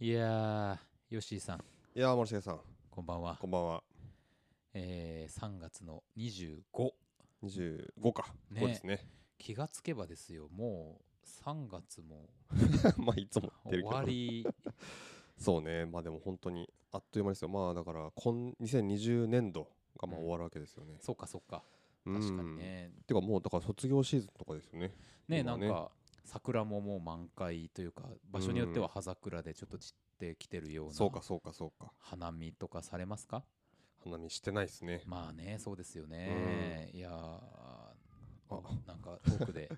いやー、ヨッシーさん、いやー森重さんこんばんは。こんばんはえー、3月の25、 25か、ねここですね 気がつけばですよ、もう3月もまあいつも言って終るけどわり、そうねまあでも本当にあっという間ですよまあだから今2020年度がまあうん終わるわけですよね、そうかそうか、うん確かにね。てかもうだから卒業シーズンとかですよねね、今なんねか桜ももう満開というか、場所によっては葉桜でちょっと散ってきてるようそうかなそうかそうか花見とかされますか花見してないですねまあね、そうですよね。いやーあなんか遠くで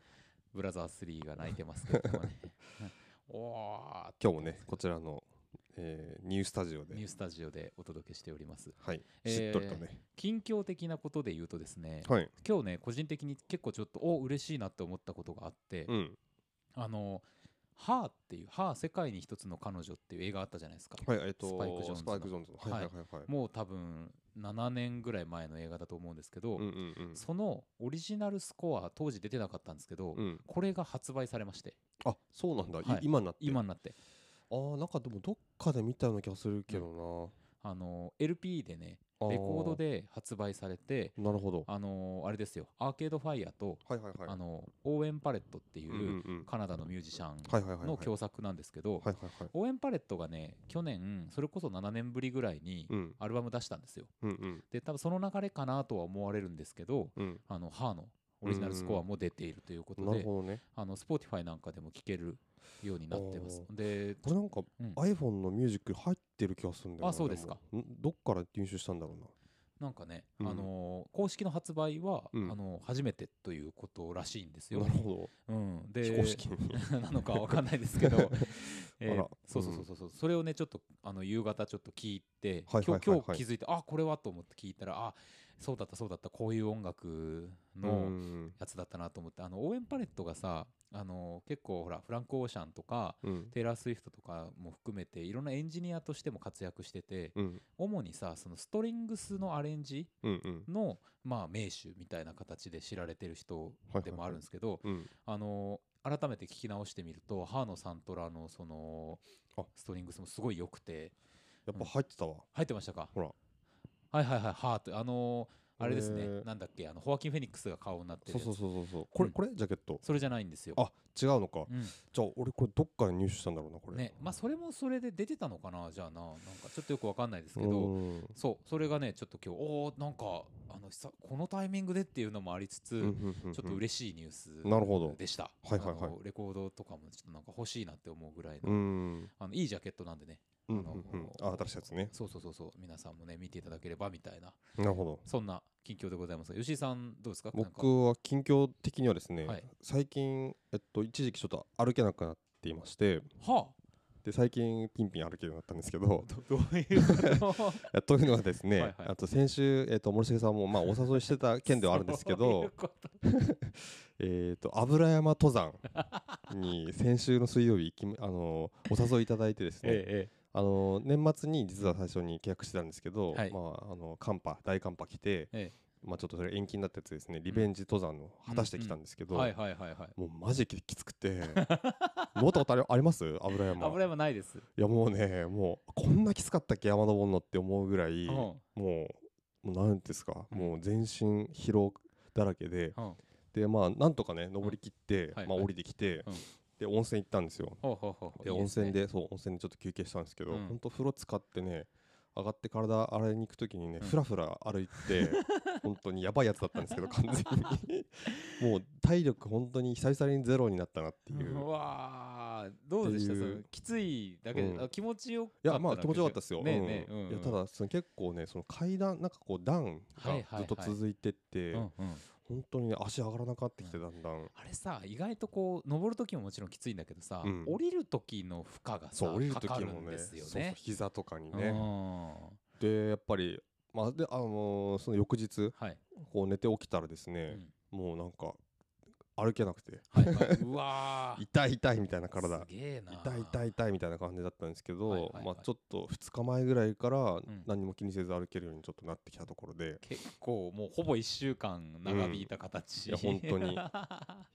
ブラザー3が泣いてますけども ね。 おーって今日もねこちらの、えーニュースタジオでニュースタジオでお届けしております。はいえーしっとりとね、近況的なことで言うとですね、はい今日ね、個人的に結構ちょっと、お嬉しいなって思ったことがあって、うんあの、ハーっていう、ハー世界に一つの彼女っていう映画あったじゃないですか。はいえっとスパイクジョーンズのスパイクジョーンズのはいはいはいはい、もう多分7年ぐらい前の映画だと思うんですけど、うんうんうんそのオリジナルスコア、当時出てなかったんですけど、うん、これが発売されまして、あそうなんだ、いはい今になって今になって、あーなんかでもどっかで見たような気がするけどな、あの LP でね、あーレコードで発売されて、なるほどあのあれですよ、アーケードファイヤーと、はいはいはいあのオーエン・パレットっていうんうんううんカナダのミュージシャンはいはいはいはいの共作なんですけど、はいはいはいオーエン・パレットがね、去年、それこそ7年ぶりぐらいにうんアルバム出したんですよ。うんうんで、多分その流れかなとは思われるんですけど、うんあのハーのオリジナルスコアも出ているということなるで、ほどねあの Spotify なんかでも聴けるようになってます。で、これなんかうん iPhone のミュージック入ってる気がするんだよなあそうですかもんどっから入手したんだろうななんかね、うんあのー公式の発売は、うんあのー初めてということらしいんですよな。るほうん、どで非公式に なのかわかんないですけど、えー あらそうそうそうそう、うそれをねちょっとあの夕方ちょっと聞いて、はいはいはいはい今日今日気づいてあこれはと思って聞いたらあそうだったそうだったこういう音楽うのんやつだったなと思って、あの応援パレットがさあのー結構ほらフランク・オーシャンとかうんテイラー・スウィフトとかも含めていろんなエンジニアとしても活躍しててうん主にさそのストリングスのアレンジうんうんの、まあ、名手みたいな形で知られてる人でもあるんですけど、うんあの改めて聞き直してみるとハーのサントラのそのあストリングスもすごい良くてやっぱ入ってたわ入ってましたかほらはいはいはいハーとあのあれですね、えーなんだっけあのホアキン・フェニックスが顔になってるそうやつそうそうそうそうこれこれジャケットそれじゃないんですよ。あ違うのかうんじゃあ俺これどっから入手したんだろうなこれねまあ、それもそれで出てたのかなじゃあななんかちょっとよくわかんないですけうど、んそうそれがねちょっと今日おおんかあの久このタイミングでっていうのもありつつ、うんうんうんうんちょっと嬉しいニュースなるほどでした。はいはいはいあのレコードとかもちょっとなんか欲しいなって思うぐらいの,、うんあのいいジャケットなんでね。うんうあのんうんあ新しいやつねそうそうそうそう皆さんもね見ていただければみたいななるほどそんな近況でございますが。吉井さんどうですか？なんか僕は近況的にはですね、はい最近、えっと、一時期ちょっと歩けなくなっていましてはで最近ピンピン歩けるようになったんですけあ どどどういうことえっというのはですねはいはいあと先週、えっと、森重さんも まあお誘いしてた件ではあるんですけそういうどことえっと油山登山に先週の水曜日行きあのお誘いいただいてですね、ええあの年末に実は最初に契約してたんですけど、はいまあ、あの寒波大寒波来て、ええまあ、ちょっとそれ延期になったやつですねリベンジ登山の果たしてきたんですけど、はいはいはいはい。もうマジききつくて 登ったことありあります油山油山ないです。いやもうねもうこんなきつかったっけ山登るのって思うぐらい、うんもうもうなんですか、うんもう全身疲労だらけでうんでまあなんとかね登り切って、はいまあ、はい降りてきて、うんで温泉行ったんですよほうほうほうほう。でいい温すね泉でそう温泉でちょっと休憩したんですけど、うほんん、本当風呂使ってね上がって体洗いに行く時にうね、んふらふら歩いて 本当にやばいやつだったんですけど完全 にもう体力本当に久々にゼロになったなっていううわーどうでしたってそいうのきついだけで、うんあ気持ちよかったいやまあ気持ちよかったですよ。ねえうんねえ、うんうんいやただその結構ねその階段なんかこう段はいはがいずっと続いてって、うんうん本当にね足上がらなくなってきてだんだん、あれさ意外とこう登る時ももちろんきついんだけどさ、うん降りる時の負荷がさそう降りるかか時るもんねですよそうそうね。膝とかにうね。んでやっぱりまあであのーその翌日 はい、こう寝て起きたらですうね、んもうなんか歩けなくてはいはい、うわー痛い痛いみたいな体すげえな痛い痛い痛いみたいな感じだったんですけど、はいはいはいまあ、ちょっと2日前ぐらいからん何も気にせず歩けるようにちょっとなってきたところで結構もうほぼ1週間長引いた形、うんいや本当に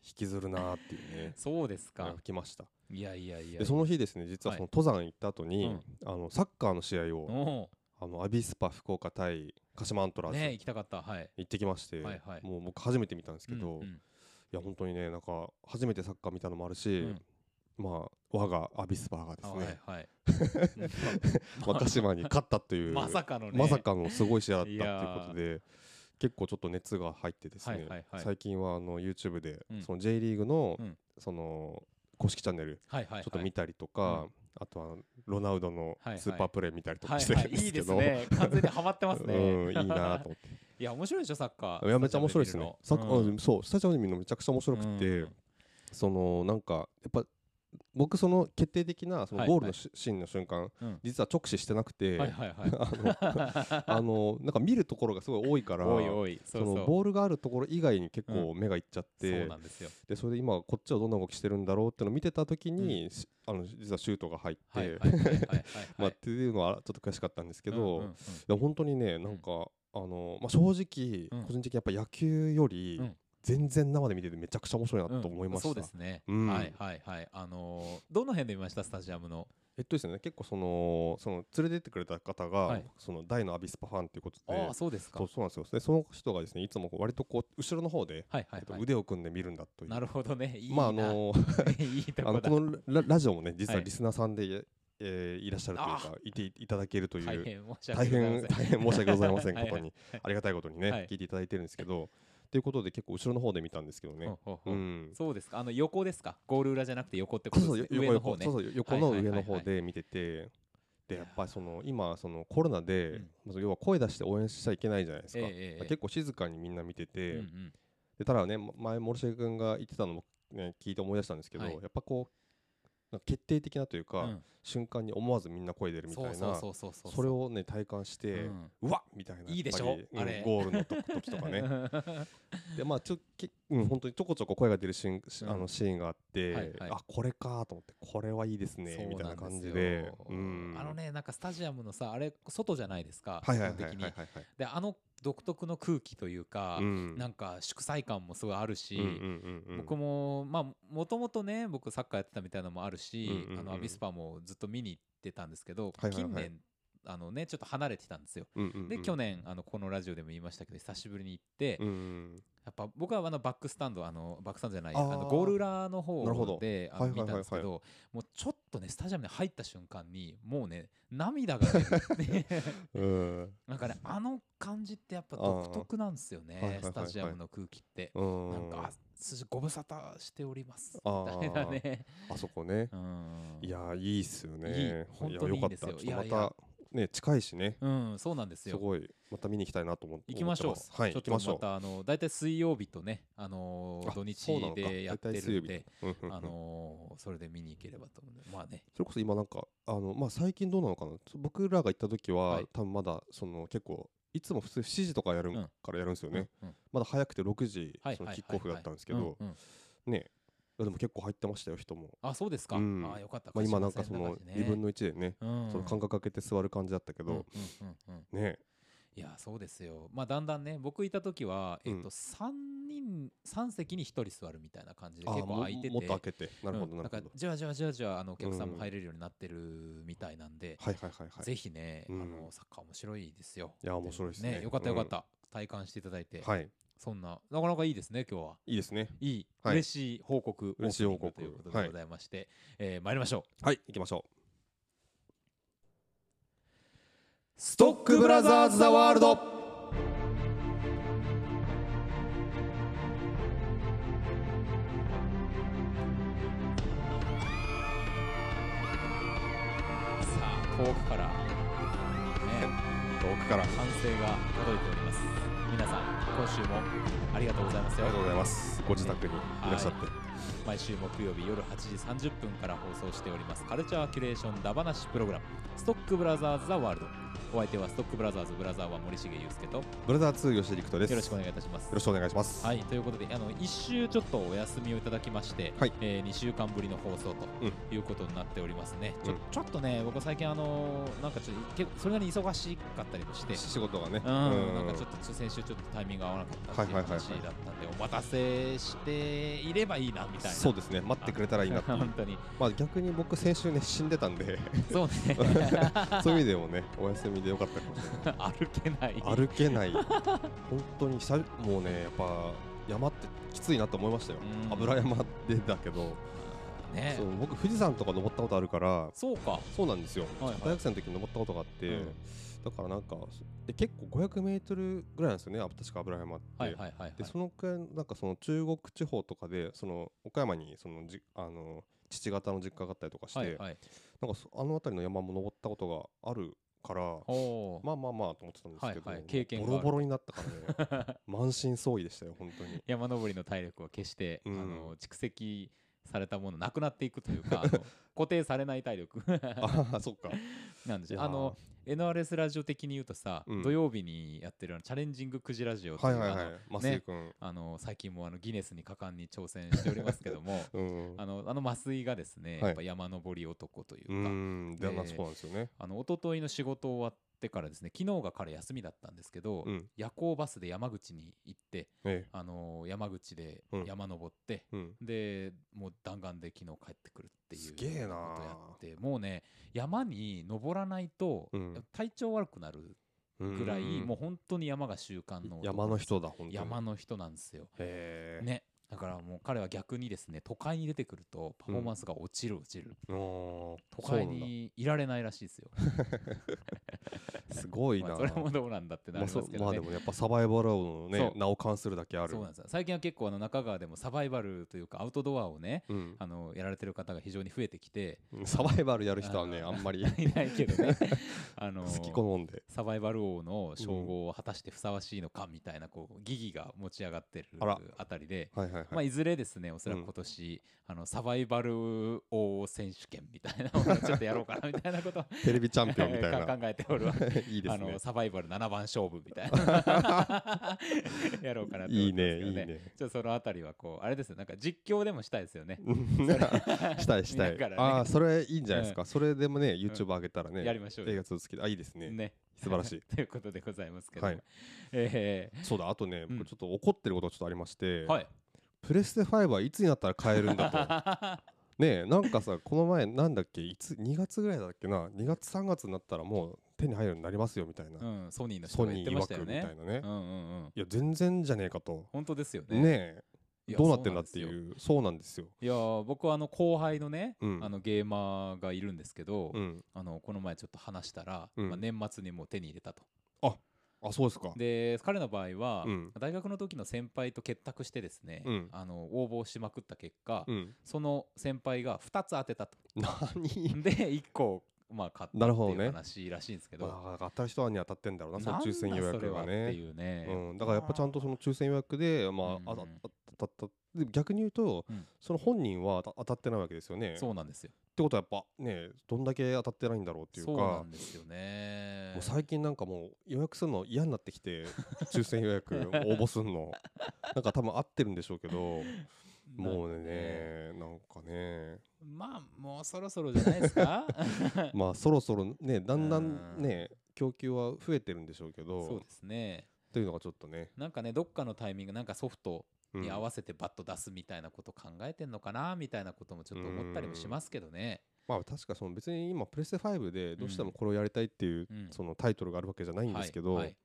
引きずるなーっていうね そうですか歩きましたいやいやいやでその日ですね実ははいその登山行った後に、うんあのサッカーの試合をおあのアビスパ福岡対鹿島アントラおーズ、ね行きたかったはい行ってきまして、はいはいもう僕初めて見たんですけど、うんういんや本当にねなんか初めてサッカー見たのもあるし、うんまあ我がアビスパがですあね、 はいはいまあ鹿島に勝ったという まさかのねまさかのすごい試合だったっていいやーうことで結構ちょっと熱が入ってですね、はいはいはい最近はあの YouTube で、うんその J リーグの、うんその公式チャンネルはいはいちはいょっと見たりとか、はいうあとはロナウドのはいはいスーパープレー見たりとはかいしてはるいんでいいすけでど、すね完全にハマってますねうんいいなと思って いや面白いでしょサッカーいやめっちゃ面白いですねサッカー、うんあそうスタジアムで見るのめちゃくちゃ面白くて、うんそのなんかやっぱ僕その決定的なそのはいゴールはのいし、シーンの瞬間うん実は直視してなくて、はいはいはい あのなんか見るところがすごい多いからおいおいそそうそうのボールがあるところ以外に結構目がいっちゃって、そうなんですよでそれで今こっちはどんな動きしてるんだろうってのを見てた時に、しあの実はシュートが入って、はいはいはいはいはいはいまあ、っていうのはちょっと悔しかったんですけど、うんうんうんでも本当にねなんか、あのまあ、正直、うん個人的にやっぱ野球よりうん全然生で見ててめちゃくちゃ面白いなと思いました、そうですね、うんはいはいはいあのーどの辺で見ましたスタジアムのえっとですね結構そのその連れてってくれた方が、はいその大のアビスパファンということでああそうですかそうそうなんですよでその人がですねいつもこう割とこう後ろの方で、はいはいえっはとい腕を組んで見るんだというなるほどねいいな、まああの いいとあこのだこのララジオもね実ははいリスナーさんで、えーいらっしゃるというあかいていただけるとい大う変申し大訳ございません変大変申し訳ございません はこいはいとにありがたいことにね、はい聞いていただいてるんですけどということで結構後ろの方で見たんですけどねほうほうほううんそうですかあの横ですかゴール裏じゃなくて横ってこそとうそでうすね上の横横方ねそうそう横はいのはい上はいはのい方で見ててでやっぱりその今そのコロナうでんまず要は声出して応援しちゃいけないじゃないですええかええええ結構静かにみんな見てうんうてんでただねま前森重君が言ってたのもね聞いて思い出したんですけどはいやっぱこうなんか決定的なといううかん瞬間に思わずみんな声出るみたいそなうそうそうそうそうそれをね体感して、うわっみたいなやっぱりいいでしょうんあれゴールのと時と かねでまあちょけ、うん、本当にちょこちょこ声が出るシーン、しうんあのシーンがあって、はいはいあこれかと思ってこれはいいですねみたいな感じでそうなんですよあのねなんかスタジアムのさあれ外じゃないですかはいはいはい基はい本的はいにはいであの独特の空気というか、うんなんか祝祭感もすごいあるし、うんうんうんうん僕もまあもともとね僕サッカーやってたみたいなのもあるし、うんうんうんあのアビスパもずっと見に行ってたんですけど、はいはいはい近年あのねちょっと離れてたんですよ。うんうんうんで去年あのこのラジオでも言いましたけど久しぶりに行って、うんうんやっぱ僕はあのバックスタンドあのバックスタンドじゃないああーのゴール裏のなるほ方どであはいのはいはい見たんですけど、もうちょっとねスタジアムに入った瞬間にもうね涙が出 るうんなんかねあの感じってやっぱあー独特なんですよね、はいはいはいはいスタジアムの空気って。うんなんかあすご無沙汰しておりますあみーたいなね。あそこねうんいやーいいっすよいねい本当にいいんですよやよかったいちやいょっやとまたね近いしねうん、そうなんですすよ。ごいまた見に行きたいなと思って行きましょう。はいちょ行っきとましょまうたあの大体水曜日とね、あのー土そうな日のかでやって大体水る曜ん日で、うんうんうんあのーそれで見に行ければと思うので、まあね。それこそ今なんかあの、まあ、最近どうなのかなそ僕らが行った時は、はい多分まだその結構いつも普通7時とかやるん、うんからやるんですよね、うんうんまだ早くて6時、はいそはいのはいキックオフだったんですけど、うんうんねいやでも結構入ってましたよ人も、あ、そうですか。うんあ、よかった。まあ、今なん勝かちそませの中でね2分の1でね、うんその間隔空けて座る感じだったけど、うんうんうんうんねいやそうですよ。まあだんだんね、僕いた時はえっうと三人三席に一人座るみたいな感じであ結ー構も空いてて、もっと開けてなるほどうんなるんかほど、じわじわじわじわあのお客さんうもん入れるようになってるみたいなんで、はいはいはいはいぜひね、うんあのサッカー面白いですよ。いや面白いですねよかったうよかんった、体感していただいて、はいそんななかなかいいですね今日は。いいですねいい、はい嬉しい報告嬉しい報告オープニングということはでいございまして、えー参りましょう。はい行きましょうスストックブラザーズ・ザ・ワールドさあ遠くから、ね、遠くからあ歓声が届いております。皆さん今週もありがとうございますりよがと。うございますご自宅にいらっしゃって、毎週木曜日夜8時30分から放送しておりますカルチャーキュレーションダバなしプログラムストックブラザーズ・ザ・ワールドお相手はストックブラザーズ・ブラザーは森重裕介とよブラザー2吉田陸斗ですろしくおよ願いいたしますろしくお願いしますはい、ということで、あの1週ちょっとお休みをいただきまして、はいえ2週間ぶりの放送ということになっておりますね。ちょうんちょっとね、僕、最近、あのーなんかちょっと結構、それなりに忙しかったりもして、 仕事がねうん、なんかちょっっと先週、ちょっとタイミング合わなかったっていうはいはいはいはい話だったんで、お待たせしていればいいなみたいな。そうですね待ってくれた らいいなっていう本当に。まあ逆に僕先週ね死んでた んでそうね。そういう意味でもねお休みでよかったかもしれない歩けない。歩けない本当に久々もうねやっぱ山ってきついなと思いましたようん油山でだけど、ねそ。う僕富士山とか登ったことあるからそうか。そうなんですよ、はいはい大学生の時に登ったことがあって、うんだからなんかで結構5 0 0ルぐらいなんですよねあ確か油山って、はいはいはい、はい。でそのくらいなんかその中国地方とかでその岡山にそのじあの父方の実家があったりとかして、はいはい。なんかそあの辺りの山も登ったことがあるからおーまあまあまあと思ってたんですけど、はいはい経験があボるロボロになったか らね満身創痍でしたよ本当に山登りの体力は決して、うんあの蓄積されたものなくなっていくというかあの 固定されない体力 ああそっかなんですいよやーあの NRS ラジオ的に言うとさ、うん土曜日にやってるあのチャレンジングくじラジオっていはいうはいあはのい増井君、あの最近もあのギネスに果敢に挑戦しておりますけど もうんあのあの増井がですね、はいやっぱ山登り男といううか、んででなそうなんですよねあの一昨日の仕事終わってからですね昨日が彼休みだったんですけど、うん夜行バスで山口に行って、ええあの山口でうん山登って、うんでもう弾丸で昨日帰ってくるっていうすげえなこあとやってもうね山に登らないとうん体調悪くなるうんぐらい、もう本当に山が習慣の男山の人だ本当に山の人なんですよ、へえねだからもう彼は逆にですね都会に出てくるとパフォーマンスが落ちる落ちる、都都会にいられないらしいですよ、すごいまなあ、それもどうなんだってなまりあますけそどね、うまあでもやっぱサバイバルのそねう名を冠するだけあるそうなんですよ最近は結構あの中川でもサバイバルというかアウトドアをねうんあのやられてる方が非常に増えてき て、サバイバルやる人はね ああのんまりいないけどねあの好き好んでサバイバル王の称号を果たしてふさわしいのかみたいなこう疑義が持ち上がってるあらあたりで。はいはいまあ、はいいずれですね、おそらく今年、あのサバイバル王選手権みたいなものをちょっとやろうかなみたいな ことをテレビチャンピオンみたいか考なえて おるわけ いいであすのねサバイバル7番勝負みたい なやろうかなと思ってますけど、ね、いいねいいねちょっとそのあたりはこうあれですよなんか実況でもしたいですよね したいしたい、見ながらねああそれいいんじゃないですか、それでもね YouTube 上げたらね、やりましょうよ映画続きであいいですねね素晴ら しいということでございますけども、はいえそうだあとね、うん僕ちょっと怒ってることがちょっとありまして、ー はいプレステ5はいつになったら買えるんだとはねえなんかさ この前なんだっけいつ2月ぐらいだっけな2月3月になったらもう手に入るようになりますよみたいな、うん、ソニーの人ソが言っニてーま曰しくたよみたいなね。ねうんうんうん。いや全然じゃねえかと本当ですよね。ねいえやどうなってんだっそてうなんですよいうそうなんですよいやー僕はあの後輩のね、うんあのゲーマーがいるんですけど、うんあのこの前ちょっと話したら、うんまあ、年末にもう手に入れたと。あそうですかで彼の場合は、うん大学の時の先輩と結託してですね、うんあの応募しまくった結果、うんその先輩が2つ当てたと。何で1個まあ買ったなっるてほどいうね話らしいんですけど。まあ当たる人はに当たってんだろうなそなのんだ抽選予約がそれはってねいうね、うん、だからやっぱちゃんとその抽選予約で、まあ、あうんたたたたで逆に言うと、うんその本人は当た当たってないわけですよね。っそうなんですよ。てことはやっぱねどんだけ当たってないんだろうっていうかそうなんですよね。もう最近なんかもう予約するの嫌になって きて抽選予約応募するのなんか多分合ってるんでしょうけどもうなんでねなんかねまあもうそろそろじゃないです かまあそろそろねだんだんね供給は増えてるんでしょうけそうどですねというのがちょっとね、なんかねどっかのタイミングなんかソフトうんに合わせてバッと出すみたいなこと考えてんのかなみたいなこともちょっと思ったりもしますけどねまあ確かその別に今プレステ5でどうしてもこれをやりたいっていううんそのタイトルがあるわけじゃないんですけど、はいはい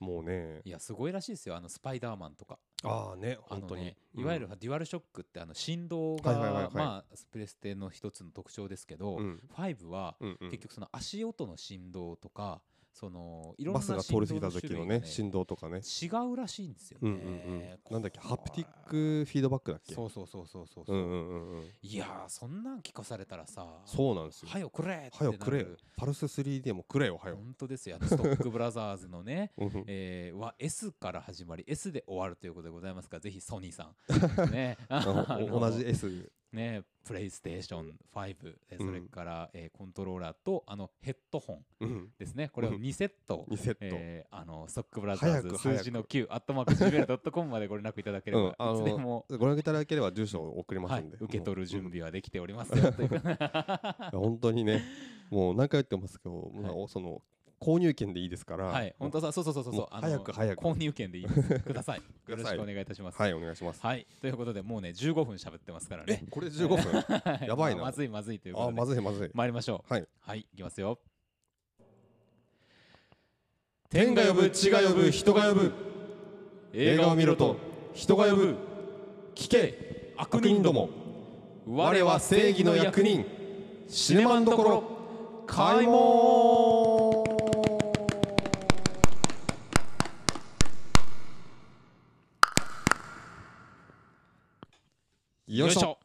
もうねいやすごいらしいですよあのスパイダーマンとかああねあ本の当に、ねうんいわゆるデュアルショックってあの振動がはいはいはいはいまあプレステの一つの特徴ですけどうん5はうんうん結局その足音の振動とかそのいろんなバスが通り過ぎた振時動の種類ね振動とかねがね違うらしいんですようね、んうんうんこれなんだっけハプティックフィードバックだっけそうそうそうそうそうそううんうんうんうんいやーそんなん聞かされたらさそうなんですよはよくれってなるはよくれよパルス 3D もくれよはよ本当ですよあのストックブラザーズのねうんうんえーは S から始まり S で終わるということでございますからぜひソニーさ んねああおの同じ S ねプレイステーション5えーうんそれから、えーコントローラーとあのヘッドホンうんですねこれをうん2セット2セットえーあのストックブラザー早ズく早数く字の9アットマーク Gmail.com までご連絡いただければ、うんあのいつでも、ご覧いただければ住所を送りまはすいんで、、受け取る準もう備はできておりますよといういや本当にねもう何回言ってますけど、まあはその購入券でいいですからはい本当さそうそうそうそうそうもう早く早く購入券でいい ですくださいくよだろさいしくお願いいたしますはいお願いしますはい、ということでもうね15分喋ってますからねこれで15分やばいなまあまずいまずいというこあとでまずいまずい参りましょうはいはいいきますよ天が呼ぶ地が呼ぶ人が呼ぶ映画を見ろと人が呼ぶ聞け悪人ども我は正義の役人シネマンどころ開門よよいいししょょ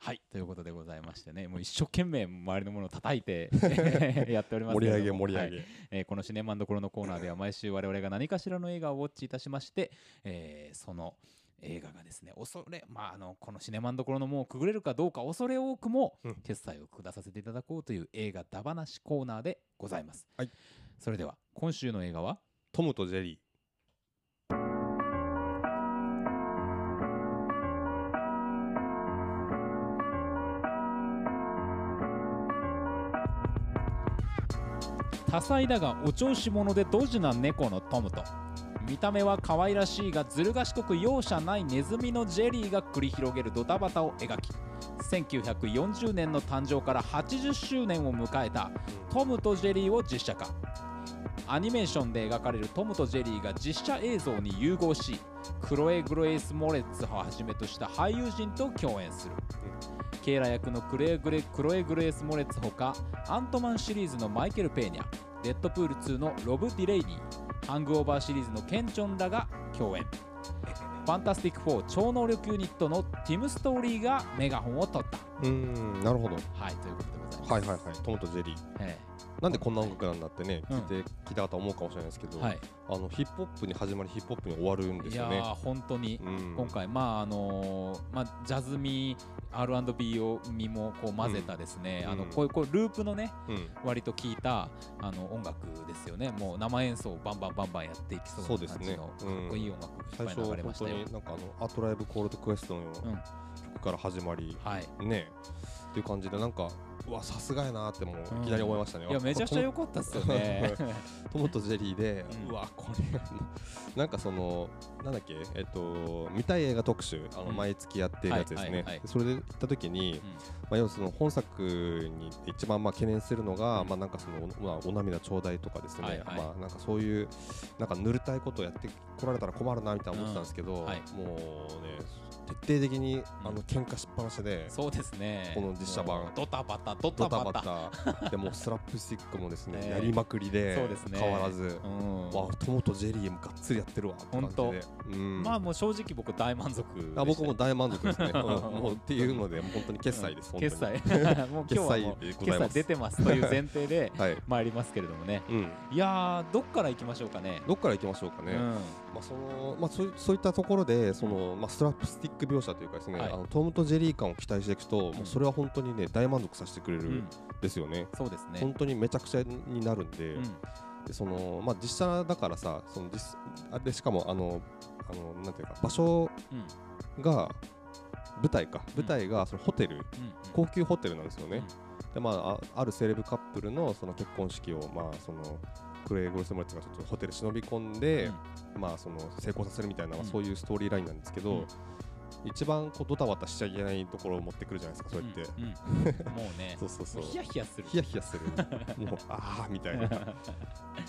はいということでございましてねもう一生懸命周りのものを叩いて やっておりますけ盛りれども上げ盛り上はいげえーこのシネマンどころのコーナー では毎週我々が何かしらの映画をウォッチいたしまして、えーその映画がですね恐れまああのこのシネマンどころのもうくぐれるかどうか恐れ多くもうん決済を下させていただこうという映画だ話コーナーでございます、はいそれでは今週の映画はトムとジェリー多彩だがお調子者でドジな猫のトムと見た目は可愛らしいがずる賢く容赦ないネズミのジェリーが繰り広げるドタバタを描き1940年の誕生から80周年を迎えた「トムとジェリー」を実写化アニメーションで描かれるトムとジェリーが実写映像に融合しクロエ・グレイス・モレッツをはじめとした俳優陣と共演するケイラ役のクレグレクロエ・グレース・モレッツほかアントマンシリーズのマイケル・ペーニャデッドプール2のロブ・ディレイニーハングオーバーシリーズのケンチョンらが共演ファンタスティック4超能力ユニットのティム・ストーリーがメガホンを取ったうーんなるほどはいということでございますはいはいはいトムとジェリーえなんでこんな音楽なんだってねうん聞いて聞いた方思うかもしれないですけえど、はいあのヒップホップに始まりヒップホップに終わるんでいすやよーね。本当にうん今回まああのーまあジャズミ R&B をみもこう混ぜたですね、うんあのうんこういうこうループのねうん割と聞いたあの音楽ですよねもう生演奏をバンバンバンバンやっていきそそうなうです感ねじのかっこいい音楽最がいっぱ初い流本れまし当たよ、になんかあのアトライブコールドクエストのよううんな曲から始まり、はいねっていう感じでなんかうわさすがやなってもういきなり思いましたね。いやめちゃくちゃ良くかったっすよね トムとジェリーで、ううんわこれなんかそのなんだっけえっと見たい映画特集あのうん毎月やってるやつですはね。いはいはいそれで行った時に、まあ、要はその本作に一番まあ懸念するのが、まあ、なんかその、まあ、お涙頂戴とかですね、はいはいまあ、なんかそういうなんかぬるたいことをやってこられたら困るなみたいな思ってたんですけど、んはいもうね徹底的にあの喧嘩しっぱなしでうん、そうですねこの実写版もうドタバタドタドバタタバ タでもうスラップスティックもですね、ねやりまくりでそうですね変わらず、うんわあトムとジェリーもがっつりやってるわって感じほんで、うんまあもう正直僕大満足でしたあ僕も大満足 ですね、うん本当にもうっていうので本当に決済です、決本済 もう今日決はも済うで決ござい済ます出てますという前提で当にはい、参りますけれどもねうん、いやーどっから行きましょうかねどっから行きましょうかね、うんまあそのまあ、そういそういったところでその、まあ、ストラップスティック描写というかですね、はいあのトムとジェリー感を期待していくと、もうそれは本当に、ね、大満足させてくれうるんん、ですよね。そうですね本当にめちゃくちゃになるんで,、うんでそのまあ、実写だからさその実あでしかもあのあのなんていうか場所うんが舞台かん舞台がそのホテル、うん高級ホテルなんですよね。でまあ、ああるセレブカップルのその結婚式を、まあ、そのクレイ・ゴルスモレッツがちょっとホテル忍び込んで、まあ、その成功させるみたいな、まあうんそういうストーリーラインなんですけど、うん一番こうドタバタしちゃいけないところを持ってくるじゃないですかそうやって、うんうんもうね そうそうそうもうヒヤヒヤするヒヤヒヤす るもうああみたいな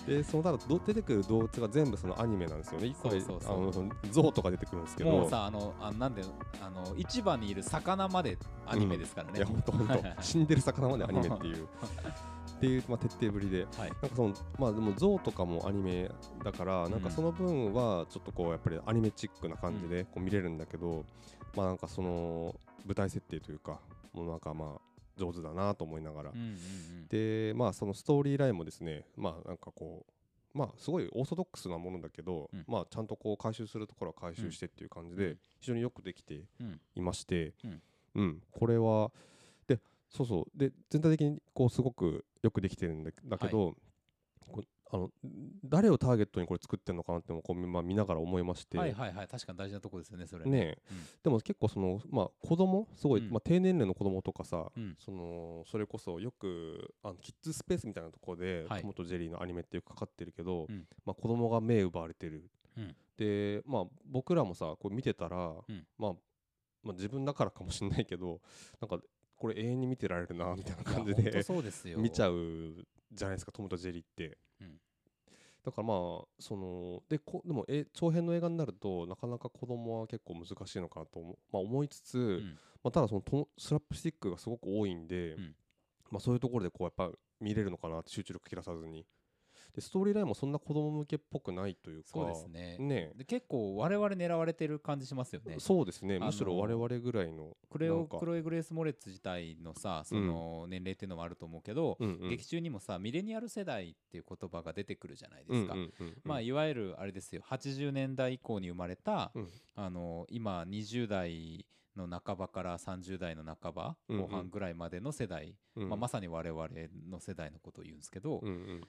でそのただど出てくる動物が全部そのアニメなんですよね一個そうそうそうあのそのゾウとか出てくるんですけどもうさあのあなんであの市場にいる魚までアニメですからいね、 やほんとほんと死んでる魚までアニメっていうっていう、まあ、徹底ぶりではいなんかそのまあでも象とかもアニメだから、なんかその分はちょっとこうやっぱりアニメチックな感じでこう見れるんだけど、まあなんかその舞台設定というかもうなんかまあ上手だなと思いながら、うんうんでまあそのストーリーラインもですねまあなんかこうまあすごいオーソドックスなものだけど、うんまあちゃんとこう回収するところは回収してっていう感じうで、ん非常によくできてうんうんいまして、うんうんこれはでそうそうで全体的にこうすごくよくできてるんだだけど、こうあの誰をターゲットにこれ作ってるのかなってもこう、まあ、見ながら思いまして、はいはいはい確かに大事なとこですよねそれねえうんでも結構その、まあ、子供すごい、うんまあ、低年齢の子供とかさ、うんそのそれこそよくあのキッズスペースみたいなところで「はいトムとジェリー」のアニメってよくかかってるけど、うんまあ、子供が目奪われてる、うんで、まあ、僕らもさこう見てたら、んまあ、まあ自分だからかもしれないけどなんかこれ永遠に見てられるなみたいな感じいやほんとでそうですよ見ちうゃうじゃないですか「トムとジェリー」って。うんだからまあそのでこでもえ長編の映画になるとなかなか子供は結構難しいのかなと思,、まあ、思いつつ、んまあ、ただそのトスラップスティックがすごく多いんで、うんまあ、そういうところでこうやっぱ見れるのかなって集中力切らさずにでストーリーラインもそんな子供向けっぽくないというかそうですねねで結構我々狙われてる感じしますよねそうですねあのむしろ我々ぐらいのクレなオんかクロエ・グレース・モレッツ自体のさその年齢っていうのもあると思うけど、うんうん劇中にもさミレニアル世代っていう言葉が出てくるじゃないでうんすうんか、うんうんまあ、いわゆるあれですよ80年代以降に生まれた、うんあの今20代の半ばから30代の半ばうんうん後半ぐらいまでの世代、うんまあ、まさに我々の世代のことを言うんですけど、うんうん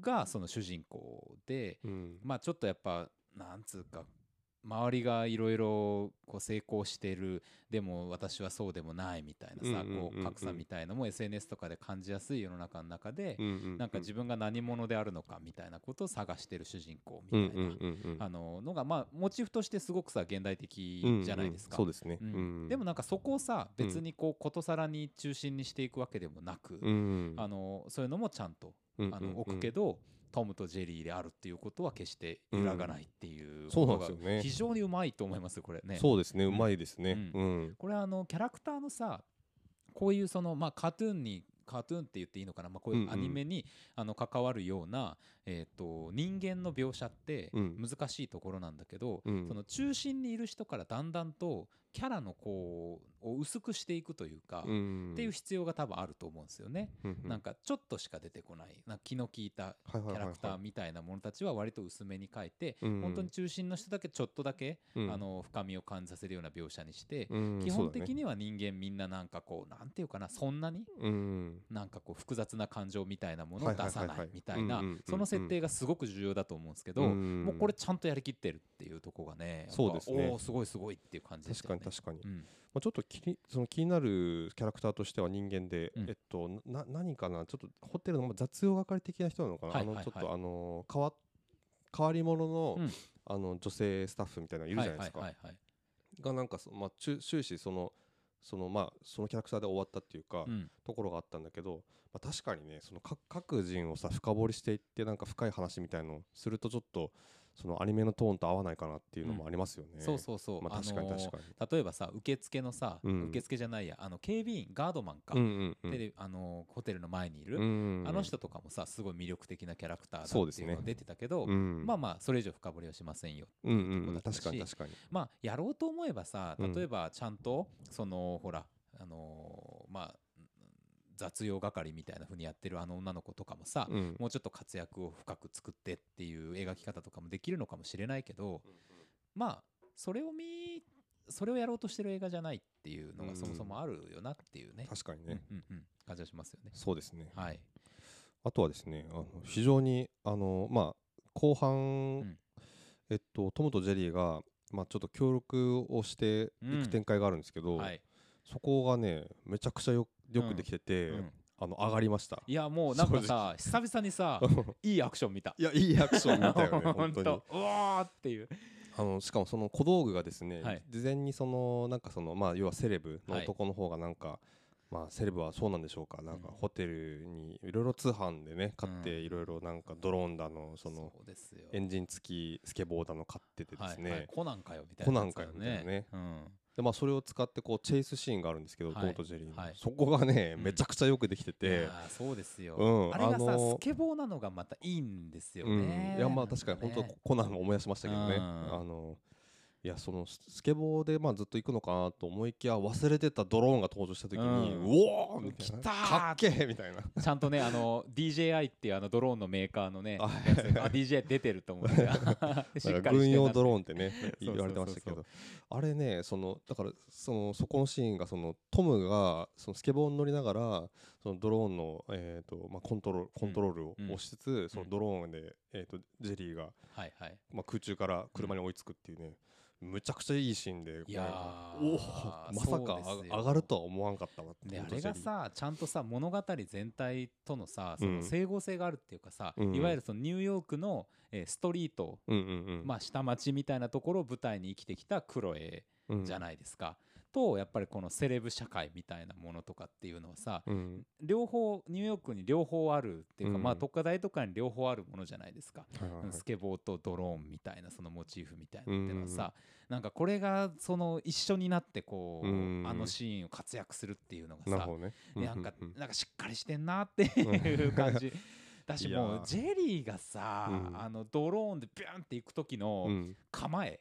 がその主人公で、うんまあ、ちょっとやっぱなんつうか周りがいろいろこう成功してるでも私はそうでもないみたいなさうんうんうんうんこう格差みたいのも SNS とかで感じやすい世の中の中でうんうんなんか自分が何者であるのかみたいなことを探してる主人公うんみたいなうんうんうんあののがまあモチーフとしてすごくさ現代的じゃないですかうんう。んそうですね、うんでもなんかそこをさうん別にこうことさらに中心にしていくわけでもなく、うんあのそういうのもちゃんとあの置くけどど、トムとジェリーであるっていうことは決して揺らがないっていうそうなこんですとよがね非常にうまいと思いますこれね。そうですねうまいですねううんこれあのキャラクターのさこういうそのまあカトゥーンにカトゥーンって言っていいのかな、まあ、こういんうううんアニメに、あの関わるような、えー、と人間の描写ってうん難しいところなんだけど、うんその中心にいる人からだんだんとキャラのこうを薄くしていくというか、うんっていう必要が多分あると思うんですよね。うんうんなんかちょっとしか出てこないなんか気の利いたはいはいキャはいはいラクターみたいなものたちは割と薄めに描いて、うん本当に中心の人だけちょっとだけ、うんあの深みを感じさせるような描写にして、うん基そう本だね的には人間みんななんかこうなんていうかなそんなにうんなんかこう複雑な感情みたいなものはをいはい出はいさはいないみたいなうんうんうんうんその設定がすごく重要だと思うんですけど、うんもうこれちゃんとやりきってるっていうとこがねやっぱそうですねおーすごいすごいっていう感じでし確たかよにね。確かに、うんまあ、ちょっと気にその気になるキャラクターとしては人間で、うんえっとな何かなちょっとホテルのまあ雑用係的な人なのかな、はいはいはあのいちょっとあの変わ変わり者の,、うんあの女性スタッフみたいなのいるじゃないですか、はいはいはいはいがなんかそまあ終終始そのそのまあそのキャラクターで終わったっていうか、うんところがあったんだけど、まあ、確かにねその各各人をさ深掘りしていってなんか深い話みたいのをするとちょっとそのアニメのトーンと合わないかなっていうのもありますよね、そうそうそう、まあ確かにあのー確かに例えばさ受付のさ、うん受付じゃないやあの警備員ガードマンか、うんうんうんテレビあのホテルの前にいる、うんあの人とかもさすごい魅力的なキャラクターだそうでっすてねいうのが出てたけど、うんまあまあそれ以上深掘りはしませんようんとこだうん、ったし確かに確かに。まあやろうと思えばさうん例えばちゃんとそのほらあのーまあ雑用係みたいな風にやってるあの女の子とかもさ、うんもうちょっと活躍を深く作ってっていう描き方とかもできるのかもしれないけど、まあそれを見それをやろうとしてる映画じゃないっていうのがそもそもあるよなっていうね、確かにうんね、うんうん、感じはしますよね。そうですね。はい、あとはですね、あの非常にあのまあ後半、んえっとトムとジェリーがまあちょっと協力をしていく展開があるんですけど、はいそこがねめちゃくちゃよよくできてて、うんあの上がりました。いやもうなんかさ久々に さいいアクション見た。いやいいアクション見たよ ねほん 本当にとうわーっていう。あのしかもその小道具がですね、はい事前にそのなんかそのまあ要はセレブのはい男の方がなんか、まあセレブはそうなんでしょうかなんかうんホテルにいろいろ通販でね買ってうんいろいろなんかドローンだのそのうですよエンジン付きスケボーだの買っててですね、はいはい、コナンかよみたいコなナやンつだかよよね、みたいなねうんでまあそれを使ってこうチェイスシーンがあるんですけど、はいトムとジェリーの、はいそこがねうんめちゃくちゃよくできていて、やーそうですよ、うんあれがさ、あのースケボーなのがまたいいんですようんね、いやまあ確かに本当ねコナンを思い出しましたけどね、うんあのいやそのススケボーでまあずっと行くのかなと思いきや忘れてたドローンが登場した時に、ううんおーみたい来なたーかっけーみたいなちゃんとねあの DJI っていうあのドローンのメーカーのねあやつあ DJI 出てると思って しっかりしてなんるかな軍用 ドローンってねそうそうそうそう言われてましたけどあれねそのだからそのそこのシーンがそのトムがそのスケボーに乗りながらそのドローンの、えーとまあ、コントロールコントロールをうん押しつつ、そのドローンで、えー、とジェリーが、はいはいまあ、空中から車に追いつくっていうね、むちゃくちゃいいシーンでいやーおーまさかそうですよあ上がるとは思わんかったわでトムあとれジェがリーさちゃんとさ物語全体とのさそうのん整合性があるっていうかさ、うんうんいわゆるそのニューヨークの、えーストリート、うんうんうんまあ、下町みたいなところを舞台に生きてきたクロエうんじゃないですか、とやっぱりこのセレブ社会みたいなものとかっていうのはさうん両方ニューヨークに両方あるっていうか、うんまあ特化大とかに両方あるものじゃないですか。はいはいはいスケボーとドローンみたいなそのモチーフみたいなっていうのはさ、なんかこれがその一緒になってこう、うんうんうんあのシーンを活躍するっていうのがなるさほどねねなんか、うううなんかしっかりしてんなっていう感 じだしいやーもうジェリーがさ、うんあのドローンでビューンって行く時うのん構 え、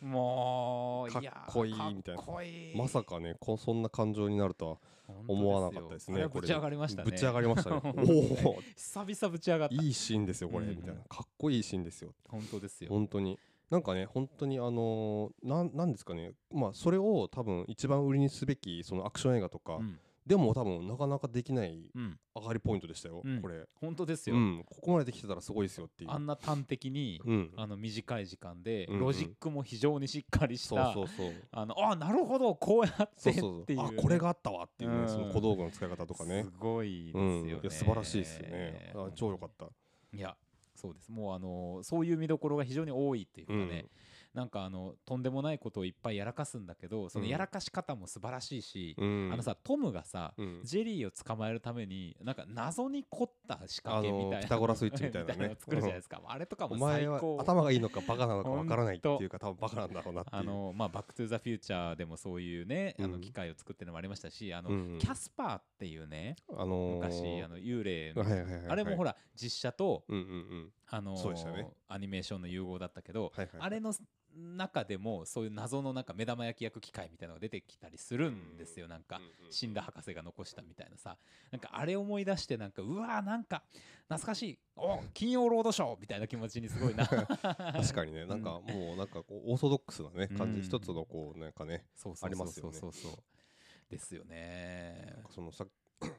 もうかっこいいみたいなかっこいいまさかねこそんな感情になるとは本当思わなかったですよあれね。はぶち上がりましたね。ぶち上がりましたね 本当におお、久々ぶち上がったいいシーンですよ、これ、うんみたいな。かっこいいシーンですよ。本当ですよ、本当に。なんかね、本当にあのー、なん、なんですかね。まあ、それを多分一番売りにすべき、そのアクション映画とかう、んでも多分なかなかできないうん、上がりポイントでしたようん、これ。本当ですうよ、ん、ここまでできてたらすごいですよっていうあ。んな端的に、うん。あの短い時間で、うんうんロジックも非常にしっかりしたそうそうそう。あのあなるほどこうやってっそうそうていそ。ううあね、、これがあったわっていううね、んその小道具の使い方とかねす。ごいですようん、ね、いや素晴らしいですよね。あ超良かった。いやそうですもうあのそういう見どころが非常に多いっていうかうね、ん。なんかあのとんでもないことをいっぱいやらかすんだけどそのうんやらかし方も素晴らしいし、うんあの、さトムがさ、うん。ジェリーを捕まえるためになんか謎に凝った仕掛けみたいな、あのピタゴラスイッチみたい なねのを作るじゃないですか、あれとかもお最前は高頭がいいのかバカなのかわからないっていうか多分バカなんだろうなっていう。あのまあ、バック・トゥ・ザ・フューチャーでもそういうね、あうのん機械を作ってるのもありましたしあの、うんうんキャスパーっていうねあのー昔あの幽霊の、はいはいはいはい、あれもほら、ら実写と、うんうんうん、あのーそうでしたねアニメーションの融合だったけど、はいはいはいあれの中でもそういう謎のなんか目玉焼き焼く機械みたいなのが出てきたりするんですよなんか。死んだ博士が残したみたいなさなんかあれ思い出してなんかうわーなんか懐かしいお金曜ロードショーみたいな気持ちにすごいな 確かにね、なんかもうなんかこうオーソドックスなね感じ、うん一つのこうなんかね、そうありますよねそうそうそうそうですよねなんかそのさ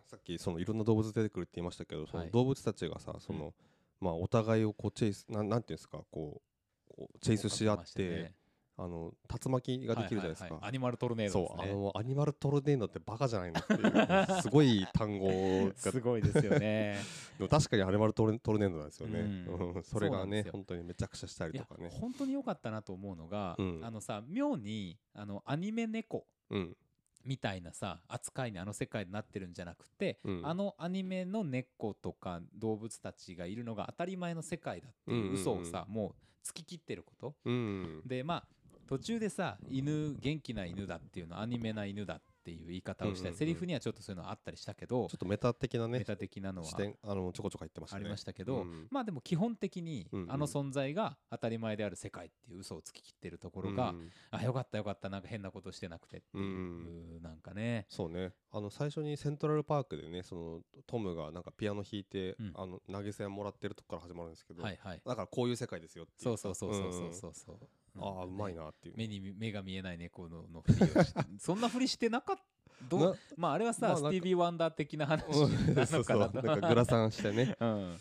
さっき そのいろんな動物出てくるって言いましたけど、そはのい動物たちがさ、そのまあお互いをこうチェイスなんなんていうんですかこうこうチェイスし合って、あの竜巻ができるじゃないですか。はははアニマルトルネードそうですねあのアニマルトルネードってバカじゃないのっ ていうすごい単語がすごいですよ ねでも確かにアニマルトルトルネードなんですよね、うんうんそそれうながんでねすよ本当にめちゃくちゃしたりいとやかね本当に良かったなと思うのが、うんあのさ妙にあのアニメ猫うんみたいなさ扱いにあの世界になってるんじゃなくて、うんあのアニメの猫とか動物たちがいるのが当たり前の世界だってうんうんいううん嘘をさ、もう突き切ってることうんでまあ途中でさ犬元気な犬だっていうのアニメな犬だっていう言い方をしたうりんうんうんセリフにはちょっとそういうのあったりしたけどちょっとメタ的なメねタ的なのは視点あのちょこちょこ言ってましたあねりましたけうどんまあでも基本的にうんうんあの存在が当たり前である世界っていう嘘をつききってるところがうんあよかったよかったなんか変なことしてなくてってうんいうなんかねそうねあの最初にセントラルパークでねそのトムがなんかピアノ弾いて、うんあの投げ銭もらってるとこから始まるんですけど、はいはいだからこういう世界ですよっていそううそうそうそうそうそうそうああーうまいなっていう目に目が見えない猫ののふりをしてそんなふりしてなかったどうなまああれはさ、まあなんスかティービー・ワンダー的な話う んなそのうそかうななんとかグラサンしてねうん、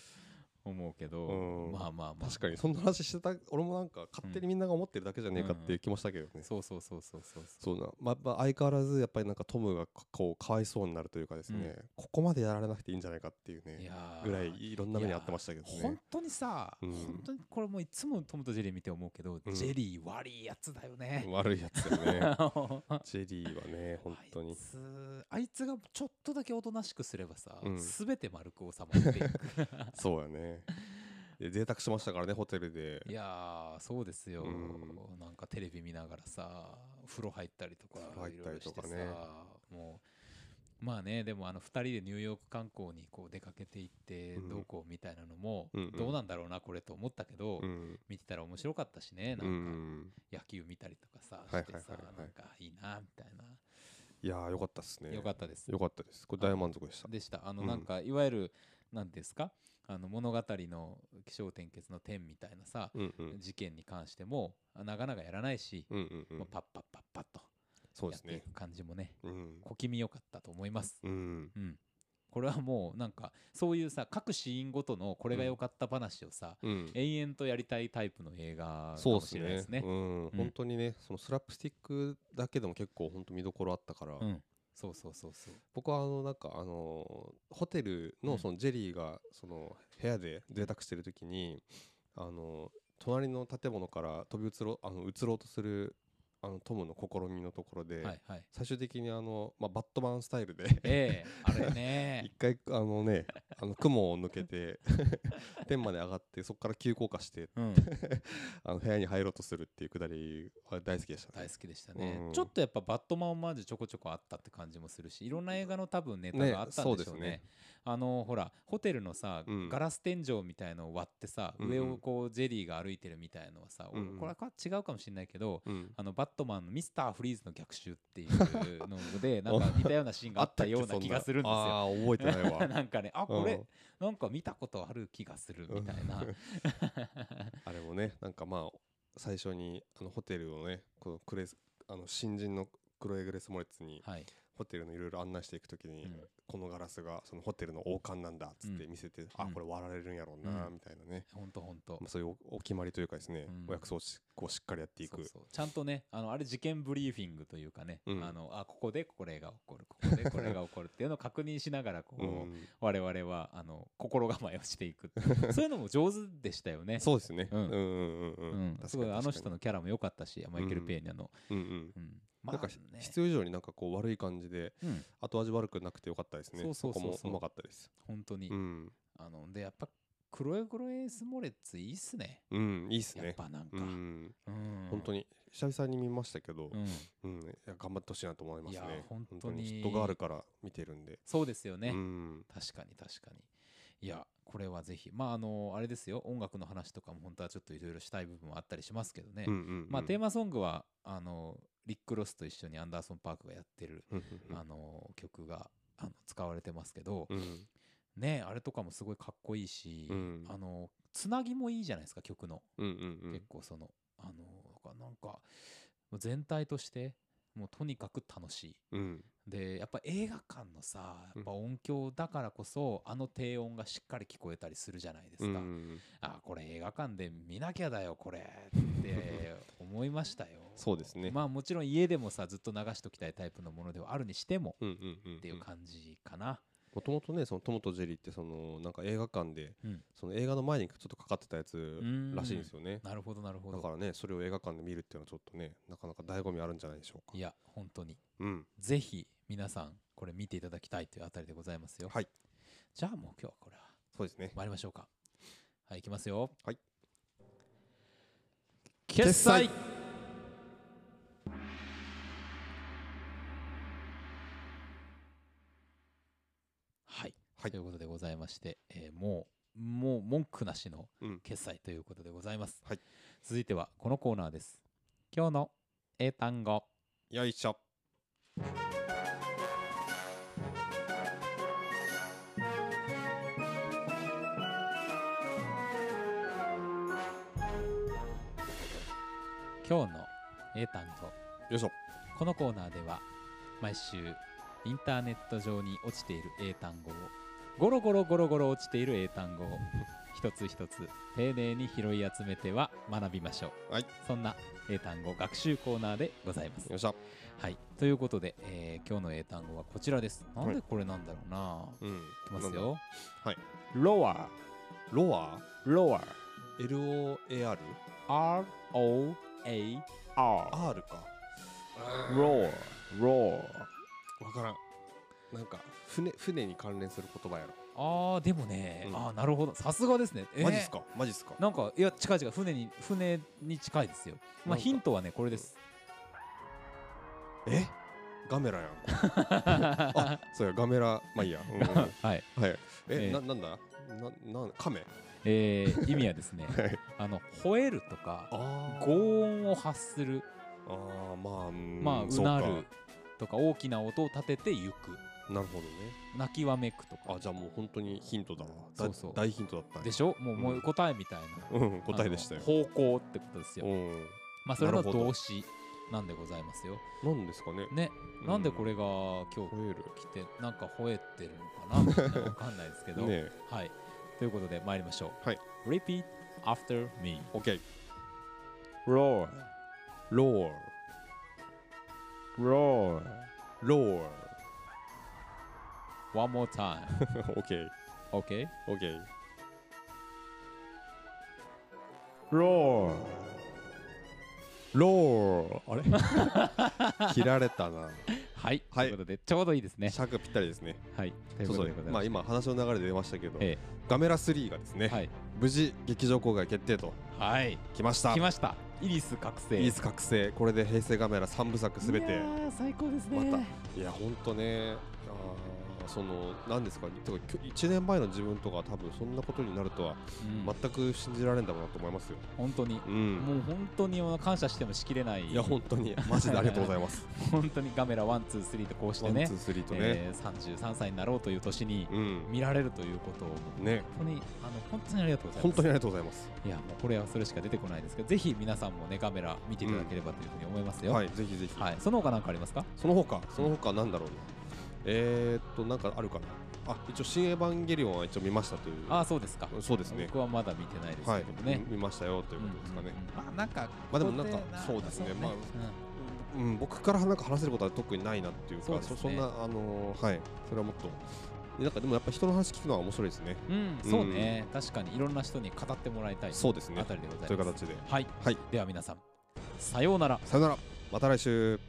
思うけど、うんまあまあまあ確かにそんな話してた俺もなんか勝手にみんなが思ってるだけじゃねえかっていう気もしたけどね、そうそうそうそうそうそそうな、ままあ、相変わらずやっぱりなんかトムがかこうかわいそうになるというかですね、ここまでやられなくていいんじゃないかっていうういねやーぐらいいろんな目にあってましたけどね本。当にさ、うん本当にこれもういつもトムとジェリー見て思うけど、うんジェリー悪いやつだよね、悪いやつよね。本ジェリーはね本 当あいにつあいつがちょっとだけおとなしくすればさ、うんすべて丸く収まっていくそうやね。や贅沢しましたからねホテルでいやーそうですよ、うなんかテレビ見ながらさ風呂入ったりとか風呂入ったりとかねいろいろしてさもうまあねでもあの2人でニューヨーク観光にこう出かけていってうんどうこうみたいなのもうんうんどうなんだろうなこれと思ったけど、うん見てたら面白かったしねなうんかん野球見たりとかさはいしてさはいはいはいなんかいいなみたいな、いやーよかったですねよかったですよかったですこれ大満足でしたでしたあのうんなんかいわゆる何ですかあの物語の起承転結の点みたいなさうんうん事件に関してもあなかなかやらないし、うんうんうまあんパッパッパッパッそうとやでっすていねく感じもねうん小気味良かったと思います、うんうん、これはもうなんかそういうさ各シーンごとのこれが良かった話をさ、うん延々とやりたいタイプの映画かそうもでしすれないでねすねうん本当にねそのスラップスティックだけでも結構本当見どころあったからうんそうそうそうそう僕はあのなんかあのホテルうのんそのジェリーがその部屋で贅沢してる時にあの隣の建物から飛び移ろあの移ろうとするあのトムの試みのところはでいはい最終的にあのまあバットマンスタイルでええあれね 一回あのねあの雲を抜け て天まで上がってそこから急降下してうんあの部屋に入ろうとするっていうくだりは大好きでした大ね好。きでしたね、うんちょっとやっぱバットマンオマージュちょこちょこあったって感じもするしいろんな映画の多分ネタねがあったんでしょうねそうですねあのほらホテルのさ、うんガラス天井みたいのを割ってさ、うんうん上をこうジェリーが歩いてるみたいのはさ、俺うんうんこれは違うかもしれないけど、うんあのバットマンのミスターフリーズの逆襲っていうの でなんか似たようなシーンがあったような気がするんですよ。あっけそんなあー覚えてな いわ。なんかねあこうれんなんか見たことある気がするみたいなあれもねなんかまあ最初にあのホテルをねこのクレスあの新人のクロエ・グレス・モレッツにはい、ホテルのいろいろ案内していくときに、うんこのガラスがそのホテルの王冠なんだっつってうん見せて、あうんこれ割られるんやろうなうんみたいなね、ほんとほんとまあ、そういうおお決まりというかですね、うんお約束をしこうしっかりやっていそうくそうちゃんとねあのあれ事件ブリーフィングというかね、うんあのあここでこれが起こるここでこれが起こるっていうのを確認しながらこう、うん我々はあの心構えをしていくそういうのも上手でしたよね。そうですね、うんうんうんうんううんん確かにすごいあの人確かのキャラも良かったしマイケル・うんペーニャの、にうんうんうんまなんかひ必要以上になんかこう悪い感じでうん、後味悪くなくてよかったですねそうそうそうそうこもうまかったです本当に、うんあのでやっぱ黒エグロエスモレッツいいっすねうんいいっすやっねぱなんか、ううんん本当に、に久々に見ましたけど、うん、うんいや頑張ってほしいなと思いますね。いや本当に人があるから見てるんで。そうですよね、うん、確かに確かにいやこれはぜひまああのあれですよ音楽の話とかも本当はちょっといろいろしたい部分はあったりしますけどね、うんうんうんまあテーマソングはあのリック・ロスと一緒にアンダーソン・パークがやってる、うんうんうんあの曲があの使われてますけど、うんねあれとかもすごいかっこいいし、うんあのつなぎもいいじゃないですか曲の、うんうんうん結構そのあのなんか全体としてもうとにかく楽しいうんでやっぱ映画館のさやっぱ音響だからこそ、あの低音がしっかり聞こえたりするじゃないですうんうか、んあこれ映画館で見なきゃだよこれ って思いましたよそうですねまあもちろん家でもさずっと流しときたいタイプのものではあるにしてもうんうんうんうんっていう感じかな、もともとねそのトムとジェリーってそのなんか映画館で、うんその映画の前にちょっとかかってたやつんらしいんですよね。なるほどなるほだかどらねそれを映画館で見るっていうのはちょっとねなかなか醍醐味あるんじゃないでしょうか。いや本当にうん、ぜひ皆さんこれ見ていただきたいというあたりでございますよ、はいじゃあもう今日はこれはそうですね。参りましょうかはい行きますよはい決済はい、はいということでございまして、えーもうもう文句なしのうん決済ということでございます、はい続いてはこのコーナーです今日の英単語よいしょ。今日の英単語よいしょ。このコーナーでは毎週インターネット上に落ちている英単語をゴロゴロゴロゴロ落ちている英単語を一つ一つ丁寧に拾い集めては学びましょう、はいそんな英単語学習コーナーでございますよいしょ。はいということで、えー今日の英単語はこちらですなんでこれなんだろうな、うん。いきますなんだ。よはいロアロアロ ?L-O-A-R? ア ROAR R か。ロアロアわからん。なんか船船に関連する言葉やろああでもね、うんああなるほどさすがですね、えーマジっすかマジっすかなんかいや近い近い船に船に近いですよまなあんかヒントはねこれですえガメラや んあそうやガメラまあいいや、 うんうんははいいえ、えーななんだななんカメえ ー、意味はですねはいあの吠えるとかあ轟音を発するあーまあ、うんまあそうかなるとか大きな音を立てて行くなるほどね泣きわめくとかあじゃあもう本当にヒントだわだそうそう大ヒントだったねでしょもう,、うんもう答えみたいなうん答えでしたよあの方向ってことですうよんまあそれのなるほど動詞なんでございますよなんですかねねうなんでこれが今吠える日来てなんか吠えてるのかなみたいなわかんないですけど、ねはいということで参りましょうはい Repeat after me え OK Roar ロー Roar ロー One more time OK OK OK Roar ロー あれ切られたなはい、はといいうことでちょうどいいですね尺ぴったりですねはいというそことうそでうございままあす今話の流れで出ましたけどえガメラ3がですね、はい無事劇場公開決定とはいきました来ましたイリス覚醒イース覚醒これで平成ガメラ3部作すべいてやー最高ですまねたいやほんとねあーその何ですかてかきょ1年前の自分とか多分そんなことになるとはうん全く信じられんだろうなと思いますよ、本当にうんもう本当にあの感謝してもしきれないいや本当にマジでありがとうござい ます本当にガメラワンツースリーとこうしワてンツねースリーとね、えー33歳になろうという年にうん見られるということをね本当にあの本当にありがとうござい本ます当にありがとうございますいやもうこれはそれしか出てこないですけどぜひ皆さんもねガメラ見ていただければというふうに思いますよ、ははいいぜひぜひ、その他何かありますかその他その他なんだろうなえー、っとなんかあるかなあ一応「新エヴァンゲリオン」は一応見ましたというああそうですかそうですね僕はまだ見てないですはけいどもね、見ましたよということですかね、うんうんうんまあなんかまあでもなんこかこでそうですねなまあうんうん、僕からなんか話せることは特にないなっていうかそそうですねそんなあのーはいそれはもっとなんかでもやっぱ人の話聞くのは面白いですねうん、そうね、確かにいろんな人に語ってもらいたいそうですねあたりでございますという形ではい、はいでは皆さんさようならさよならまた来週